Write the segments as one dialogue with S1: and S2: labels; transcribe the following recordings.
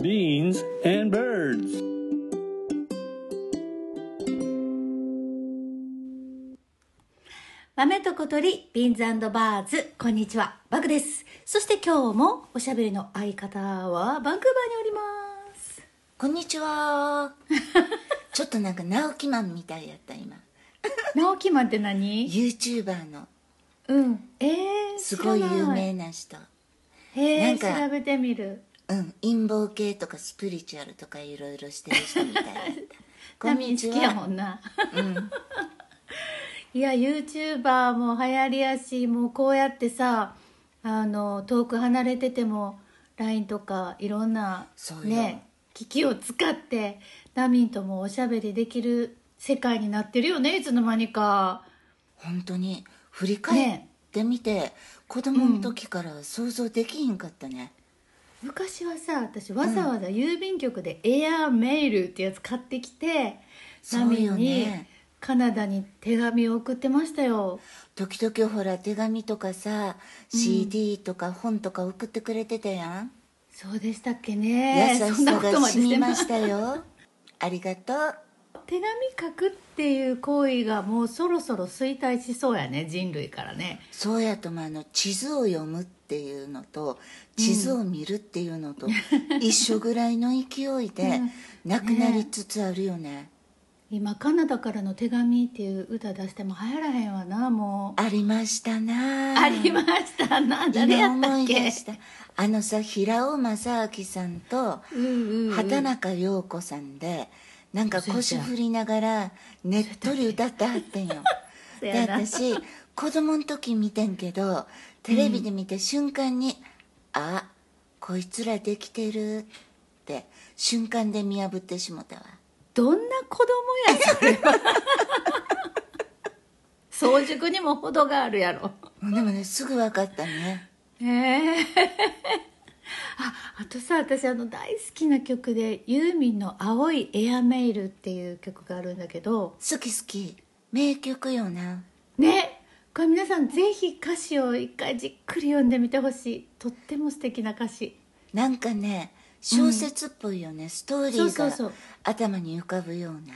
S1: beans, and birds.
S2: 豆と小鳥、ビーンズバーズ、こんにちは、バグです。そして今日もおしゃべりの相方はバンクーバーにおります。
S3: こんに ちは。ちょっとなんか直木マンみたいやった今。
S2: 直木マンって何
S3: YouTuber の
S2: うん。えー、
S3: すごい
S2: 知らな
S3: 有名。な人。
S2: へ
S3: なん
S2: ー、
S3: か
S2: 調べてみる。
S3: うん、陰謀系とかスピリチュアルとかいろいろしてる人みたいだった。こんに ち
S2: ナミ好きやも
S3: は。
S2: んな。いや、YouTuber も流行りやし、もうこうやってさ、あの、遠く離れてても、LINE とかいろんな
S3: そう、よ
S2: ね、機器を使って、ナミンともおしゃべりできる世界になってるよね、いつの間にか。
S3: 本当に振り返ってみて、子供の時から想像できひんかったね。
S2: 昔はさ私わざわざ郵便局でエアーメールってやつ買ってきて、
S3: そう
S2: ナミ
S3: よ
S2: に
S3: ね
S2: カナダに手紙を送ってましたよ
S3: 時々ほら手紙とかさ、CD とか本とか送ってくれてたやん。
S2: そうでしたっけね
S3: 優
S2: そ
S3: し
S2: んな
S3: さ
S2: こと
S3: が
S2: まで
S3: 染
S2: して
S3: み
S2: ま
S3: ますしたよ。ありがとう。
S2: 手紙書くっていう行為がもうそろそろ衰退しそうやね人類からね
S3: そうやともあの地図を読むっていうのと地図を見るっていうのと一緒ぐらいの勢 いでなくなりつつあるよね
S2: 今「カナダからの手紙」っていう歌出しても流行らへんわなもう
S3: ありましたな
S2: ありましたな誰や
S3: 今
S2: っ
S3: 思
S2: たっ
S3: い
S2: け
S3: 出したあのさ平尾正明さんと
S2: うんうんうん
S3: 畑中陽子さんでなんか腰振りながらねっとり歌ってはってんよ
S2: そう
S3: で
S2: やな
S3: 私子供の時見てんけどテレビで見た瞬間に「あこいつらできてる」って瞬間で見破ってしもたわ
S2: どんな子供やそれは 早熟にも程があるやろ
S3: もうでもねすぐ分かったね
S2: へえ ああとさ私あの大好きな曲でユーミンの「青いエアメイル」っていう曲があるんだけど
S3: 好き好き名曲よな
S2: ねこれ皆さんぜひ歌詞を一回じっくり読んでみてほしいとっても素敵な歌詞
S3: なんかね小説っぽいよね、ストーリ
S2: そうそうそ
S3: ー
S2: う
S3: が頭に浮かぶような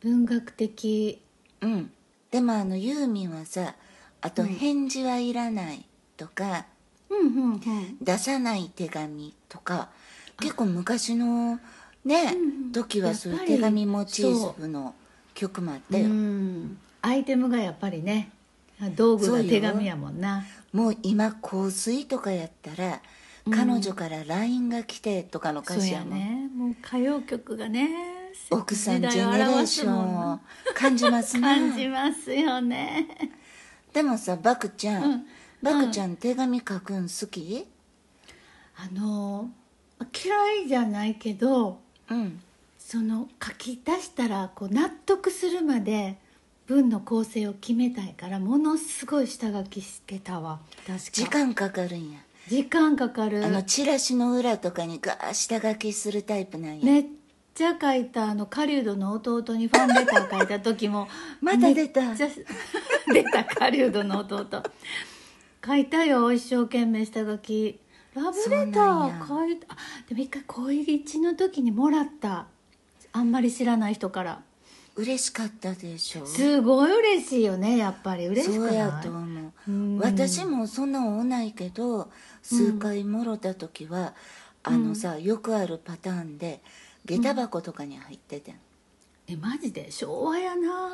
S2: 文学的
S3: うんでもあのユーミンはさあと「返事はいらない」とか、
S2: うんうんうん
S3: 出さない手紙」とか結構昔のね、時はそういう手紙モチーフの曲もあったよ、
S2: うんアイテムがやっぱりね道具が手紙やもんな
S3: もう今香水とかやったら彼女から LINE が来てとかの歌
S2: そう
S3: 詞
S2: や
S3: やもん、
S2: ねもう歌謡曲がね
S3: 奥さんジ
S2: 時
S3: ェ
S2: 代
S3: ネレ
S2: を表
S3: ー
S2: す
S3: シ
S2: も
S3: ョ
S2: ん
S3: ンを
S2: な
S3: 感じますね
S2: 感じますよね
S3: でもさバクちゃん、
S2: うん
S3: バクちゃん手紙書くん好き
S2: あの嫌いじゃないけど
S3: うん
S2: その書き出したらこう納得するまで文の構成を決めたいからものすごい下書きしてたわ確か
S3: 時間かかるんや
S2: 時間かかる
S3: あのチラシの裏とかにガー下書きするタイプなんや、
S2: めっちゃ書いたあの狩人の弟にファンレター書いた時も
S3: また出た
S2: めっちゃ出た狩人の弟書いたよ一生懸命下書きラブレター
S3: そ
S2: 書
S3: う
S2: いたあでも一回恋一の時にもらったあんまり知らない人から
S3: 嬉しかったでしょ
S2: すごい嬉しいよねやっぱり嬉しく
S3: そ
S2: ないう
S3: やと思う、
S2: うん
S3: 私もそんなおないけど数回もろた時は、あのさよくあるパターンで下駄箱とかに入っててん、
S2: えマジで昭和やな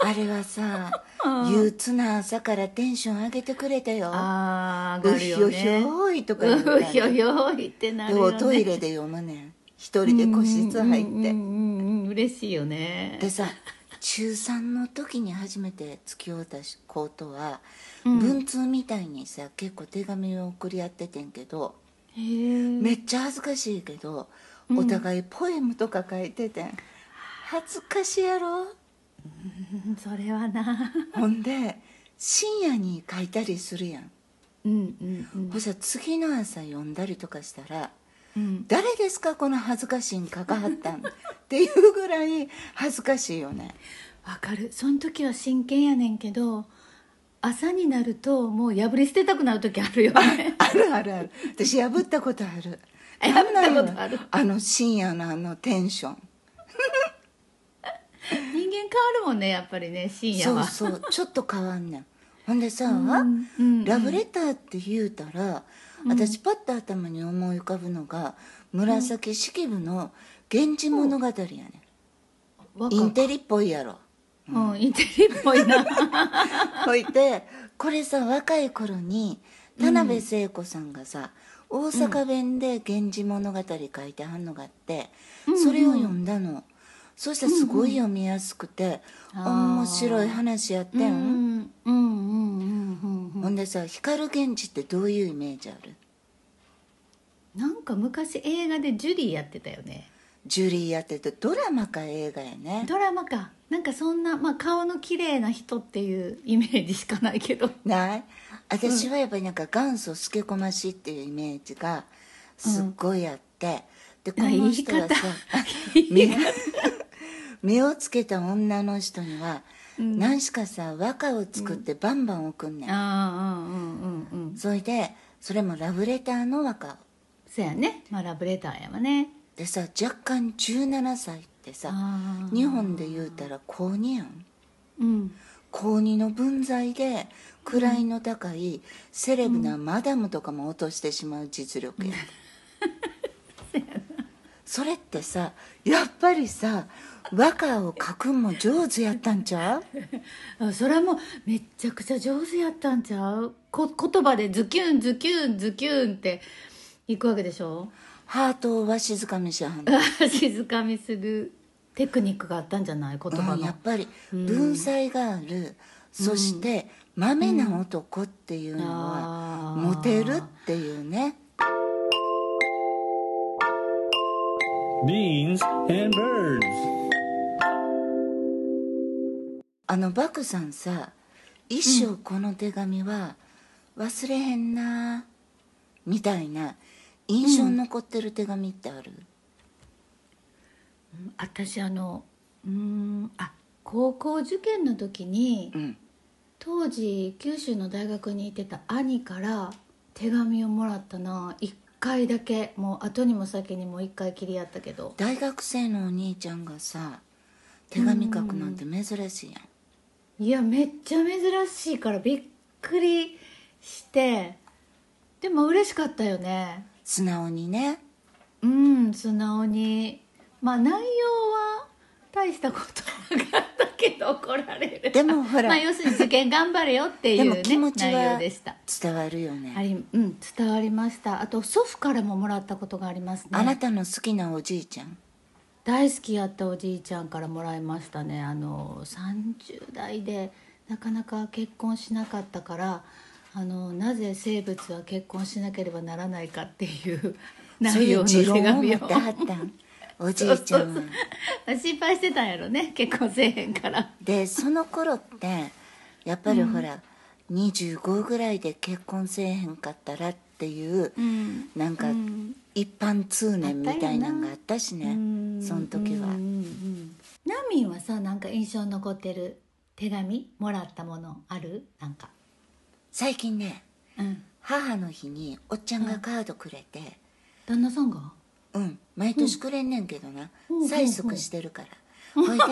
S3: あれはさ、 憂鬱な朝からテンション上げてくれたよ
S2: あー上
S3: う
S2: がる
S3: ひ
S2: よ
S3: ょひ
S2: ね
S3: ょいとか言うたん
S2: う
S3: や
S2: ひょひょいってなる
S3: で
S2: よ
S3: お
S2: ね
S3: トイレで読むねん一人で個室入って、
S2: うんうんうんうん嬉しいよね
S3: でさ中3の時に初めて付き合うた子とは、文通みたいにさ結構手紙を送り合っててんけど、
S2: へえ
S3: めっちゃ恥ずかしいけど、お互いポエムとか書いててん恥ずかしいやろ
S2: それはな
S3: ほんで深夜に書いたりするやん、
S2: うんうんうん
S3: ほんじゃ次の朝読んだりとかしたら
S2: うん
S3: 「誰ですかこの恥ずかしいん書かはったん」っていうぐらい恥ずかしいよね
S2: わかるその時は真剣やねんけど朝になるともう破り捨てたくなる時あるよね
S3: あるあるある私破ったことある
S2: やった
S3: な
S2: こ
S3: ん
S2: とあ
S3: なん
S2: る
S3: よあの深夜のあのテンション
S2: 人間変わるもんねやっぱりね深夜
S3: そう
S2: は
S3: そうちょっと変わ んねんほんでさ、
S2: んうん
S3: ラブレターって言うたら、私パッと頭に思い浮かぶのが紫式部の「源氏物語」やね、ん、インテリっぽいやろ
S2: うんインテリっぽいな
S3: ほいでこれさ若い頃に田辺聖子さんがさ、大阪弁で「源氏物語」書いてはんのがあって、それを読んだのそしたらすごい読みやすくて、面白い話やってん、
S2: うんうんうんうんうん
S3: ほんでさ光源氏ってどういうイメージある
S2: なんか昔映画でジュリーやってたよね
S3: ジュリーやっててドラマか映画やね
S2: ドラマかなんかそんな、まあ、顔の綺麗な人っていうイメージしかないけ ど
S3: ない私はやっぱりなんか元祖すけこましっていうイメージがすっごいあって、でこの人はさ 目 目をつけた女の人には、何しかさ和歌を作ってバンバン送んねん、
S2: ああうんうんうんうん
S3: それでそれもラブレターの和歌を
S2: そやね、まあ、ラブレターやわね
S3: でさ若干17歳ってさ
S2: あー
S3: 日本で言うたら高2やん、
S2: うん
S3: 高2の分際で位の高いセレブなマダムとかも落としてしまう実力 や、それってさやっぱりさ和歌を書くんも上手やったんちゃう
S2: あそれはもうめっちゃくちゃ上手やったんちゃうこ言葉でズキュンズキュンズキュンっていくわけでしょ
S3: ハートをわしづかみしはんの、
S2: あ静かみするテクニックがあったんじゃない言葉
S3: うんやっ
S2: の、
S3: ぱり文才がある、そしてまめな男っていうの
S2: あ
S3: は
S2: ー
S3: モテるっていうね
S1: Beans and birds.
S3: あのバクさんさ一生この手紙は忘れへんなみたいな印象に残ってる手紙ってある、
S2: 私あのうーんあ高校受験の時に、
S3: ん
S2: 当時九州の大学にいてた兄から手紙をもらったな1回だけもう後にも先にも1回きりやったけど
S3: 大学生のお兄ちゃんがさ手紙書くなんて珍しいやん、
S2: いやめっちゃ珍しいからびっくりしてでも嬉しかったよね
S3: 素直にね
S2: うん素直にまあ内容は大したことなかったけど怒られる
S3: でもほら
S2: まあ要するに受験頑張れよってい
S3: で
S2: う
S3: も
S2: ね
S3: 気持ち
S2: 内容
S3: は
S2: でした
S3: 伝わるよ
S2: あ
S3: ね
S2: りうん伝わりましたあと祖父からももらったことがありますね
S3: あなたの好きなおじいちゃん
S2: 大好きやったおじいちゃんからもらいましたねあの30代でなかなか結婚しなかったからあのなぜ生物は結婚しなければならないかって いう
S3: そう
S2: 内
S3: い
S2: 容
S3: う
S2: の
S3: 持
S2: 手
S3: 論を
S2: 紙
S3: 持
S2: を
S3: ってはったんおじいちゃん は
S2: 心配してたんやろね結婚せえへんから
S3: でその頃ってやっぱりほら、25ぐらいで結婚せえへんかったらっていう、
S2: ん
S3: なんか、一般通念みたいなんがあったしね
S2: うん
S3: その時は、
S2: うんうんナミンはさなんか印象に残ってる手紙もらったものあるなんか
S3: 最近ね
S2: うん
S3: 母の日におっちゃんがカードくれて
S2: 旦那さんが
S3: うん、毎年くれんねんけどな、
S2: うん
S3: 催促してるから、ほいで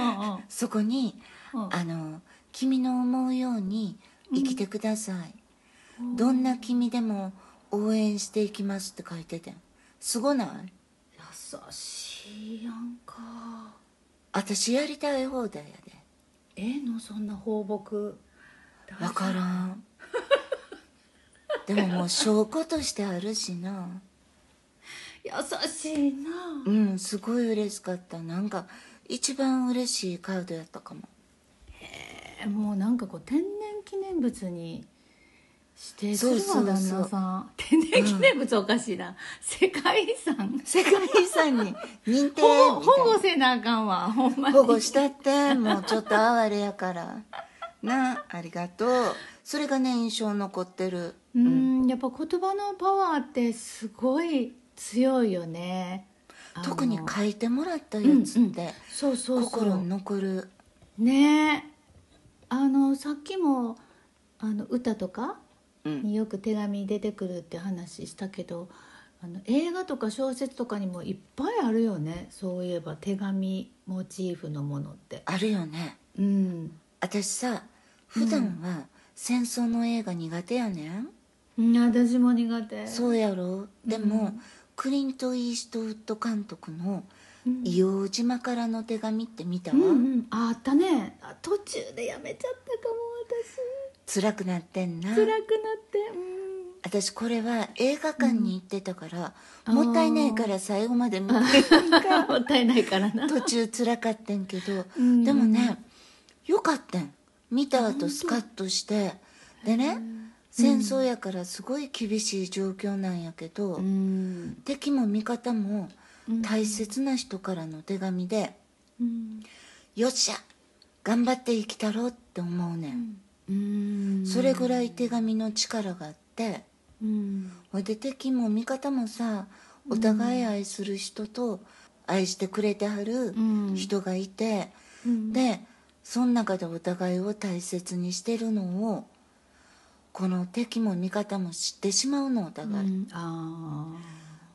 S3: そこに、
S2: うん
S3: あの「君の思うように生きてください、どんな君でも応援していきます」って書いててんすごない
S2: 優しいやんか
S3: 私やりたい放題やで
S2: ええのそんな放牧
S3: 分から んでももう証拠としてあるしな
S2: 優しいな
S3: うんすごい嬉しかったなんか一番嬉しいカードやったかも
S2: えもうなんかこう天然記念物に指定するわ
S3: そうそうそう
S2: 旦那さん天然記念物おかしいな、世界遺産
S3: 世界遺産に認定みたいな
S2: 保護保護せなあかんわほんまに
S3: 保護したってもうちょっと哀れやからなありがとうそれがね印象に残ってる
S2: うんやっぱ言葉のパワーってすごい強いよねあの
S3: 特に書いてもらったやつ
S2: う
S3: っ
S2: んうん
S3: て
S2: そうそうそう
S3: 心に残る
S2: ねえあのさっきもあの歌とか
S3: うん
S2: によく手紙出てくるって話したけど、あの映画とか小説とかにもいっぱいあるよねそういえば手紙モチーフのものって
S3: あるよね
S2: うん
S3: 私さ普段は戦争の映画苦手やねん、
S2: うん私も苦手
S3: そうやろでも、
S2: うん
S3: クリント・イーストウッド監督の
S2: うん
S3: 「硫黄島からの手紙」って見たわ、
S2: うんうんああったねあ途中でやめちゃったかも
S3: 辛くなってんな
S2: 私辛くなってうん
S3: 私これは映画館に行ってたから、もったいないから最後まで見て
S2: もったいないからな
S3: 途中辛かってんけど、
S2: うん
S3: でもねよかったん見た後スカッとしてでね戦争やからすごい厳しい状況なんやけど、
S2: うん
S3: 敵も味方も
S2: うん
S3: 大切な人からの手紙で
S2: うん
S3: 「よっしゃ頑張って生きたろ」うって思うねん、
S2: うん
S3: それぐらい手紙の力があって
S2: うん
S3: ほいで敵も味方もさお互い愛する人と愛してくれてはる
S2: うん
S3: 人がいて、
S2: うん
S3: でその中でお互いを大切にしてるのをこの敵も味方も知ってしまうのお
S2: う
S3: 互い、
S2: んあ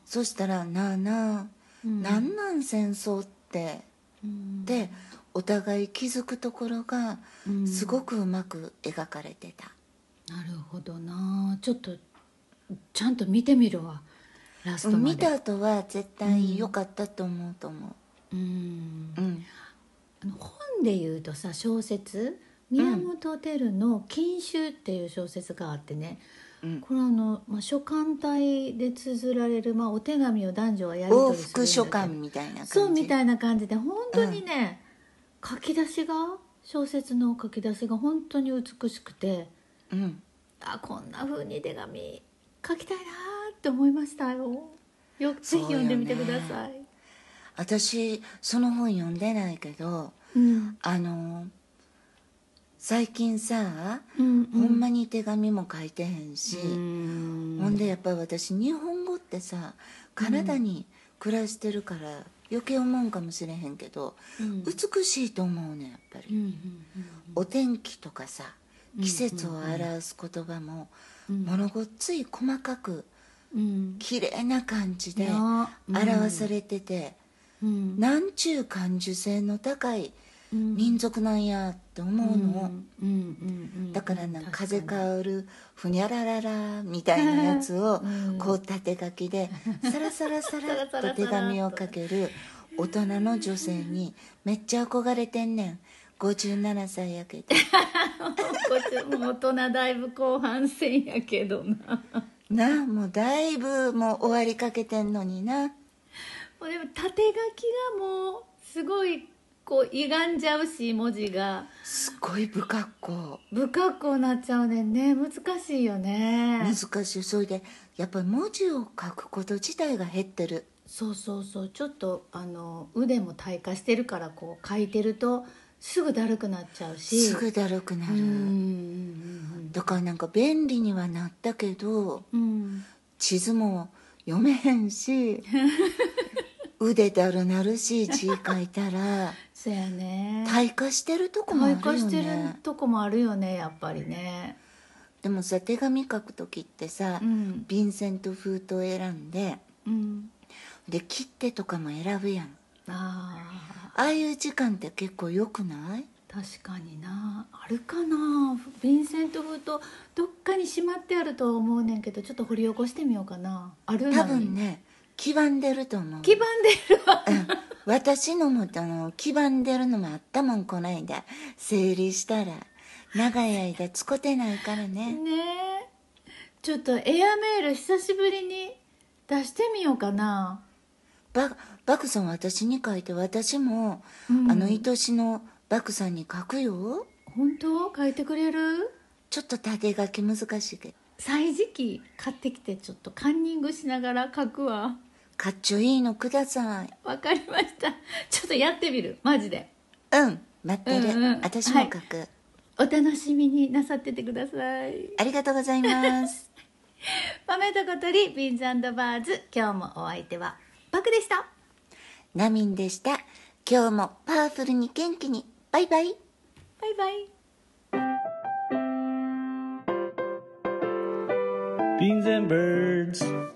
S3: そしたら「なあなあ、
S2: うん
S3: なんなん戦争って」
S2: ー
S3: でお互い気づくところが
S2: うん
S3: すごくうまく描かれてた、
S2: なるほどなちょっとちゃんと見てみるわラストまで
S3: 見た後は絶対良かったと思うと思
S2: うん
S3: う、うん
S2: あの本で言うとさ小説宮本照の「禁酒」っていう小説があってね、
S3: うん
S2: これはあの、まあ、書簡体で綴られる、まあ、お手紙を男女はやり
S3: 往
S2: 取りするんだけど
S3: 復書簡みたいな感じ
S2: そうみたいな感じで本当にね、書き出しが小説の書き出しが本当に美しくて
S3: うん、
S2: あこんな風に手紙書きたいなーって思いましたよよくぜひ読んでみてください、
S3: 私その本読んでないけど
S2: うん
S3: あの最近さ、
S2: うん
S3: ほんまに手紙も書いてへんし、
S2: うん
S3: ほんでやっぱり私日本語ってさカナダに暮らしてるから余計思うんかもしれへんけど、
S2: うん
S3: 美しいと思うねやっぱり、
S2: うんうん
S3: お天気とかさ
S2: うん
S3: 季節を表す言葉も、
S2: うん
S3: 物ごっつい細かく
S2: うん
S3: 綺麗な感じで
S2: なうん
S3: 表されてて、
S2: うん
S3: なんちゅう感受性の高い
S2: うん
S3: 民族なんやって思う
S2: う
S3: の、
S2: んうんうんうん
S3: だからなんか風
S2: 確か
S3: 薫るふにゃらららみたいなやつを
S2: うん
S3: こう縦書きでサラサラサラっと手紙をかける大人の女性にめっちゃ憧れてんねん57歳やけど
S2: にこっちもう大人だいぶ後半戦やけどな
S3: なあもうだいぶもう終わりかけてんのにな
S2: もうでも縦書きがもうすごいこう歪んじゃうし文字が
S3: すっごい不格好
S2: 不格好になっちゃうねんね難しいよね
S3: 難しいそれでやっぱり文字を書くこと自体が減ってる
S2: そうそうそうちょっとあの腕も退化してるからこう書いてるとすぐだるくなっちゃうし
S3: すぐだるくな
S2: うん
S3: るだからなんか便利にはなったけど
S2: うんうんうん
S3: 地図も読めへん し腕だるなるし字書い たら
S2: そうやね
S3: 退化してるとこもあ
S2: 退
S3: る
S2: 化
S3: よ
S2: してる
S3: ね
S2: とこもあるよねやっぱりね
S3: でもさ手紙書く時ってさ、
S2: うん
S3: 便箋と封筒選んで
S2: うん
S3: で切手とかも選ぶやん
S2: あ
S3: ああいう時間って結構よくない
S2: ー確かになあるかな便箋と封筒どっかにしまってあるとは思うねんけどちょっと掘り起こしてみようかなあるのに
S3: 多分ね黄ばんでると思う
S2: 基盤でるわ
S3: 私のもあの黄ばんでるのもあったもんこないだ整理したら長い間使ってないからね
S2: ねえちょっとエアメール久しぶりに出してみようかな
S3: ババクさん私に書いて私も、
S2: うん
S3: あの愛しのバクさんに書くよ
S2: 本当書いてくれる
S3: ちょっと縦書き難しいけど
S2: 歳時記買ってきてちょっとカンニングしながら書くわ
S3: かっちょいいのください
S2: わかりましたちょっとやってみるマジで
S3: うん待ってる、
S2: うんうん
S3: 私も書く、
S2: お楽しみになさっててください
S3: ありがとうございます
S2: 豆と小鳥ビーンズバーズ今日もお相手はバクでした
S3: ナミンでした今日もパワフルに元気にバイバイ
S2: バイバイ
S1: Beans and birds.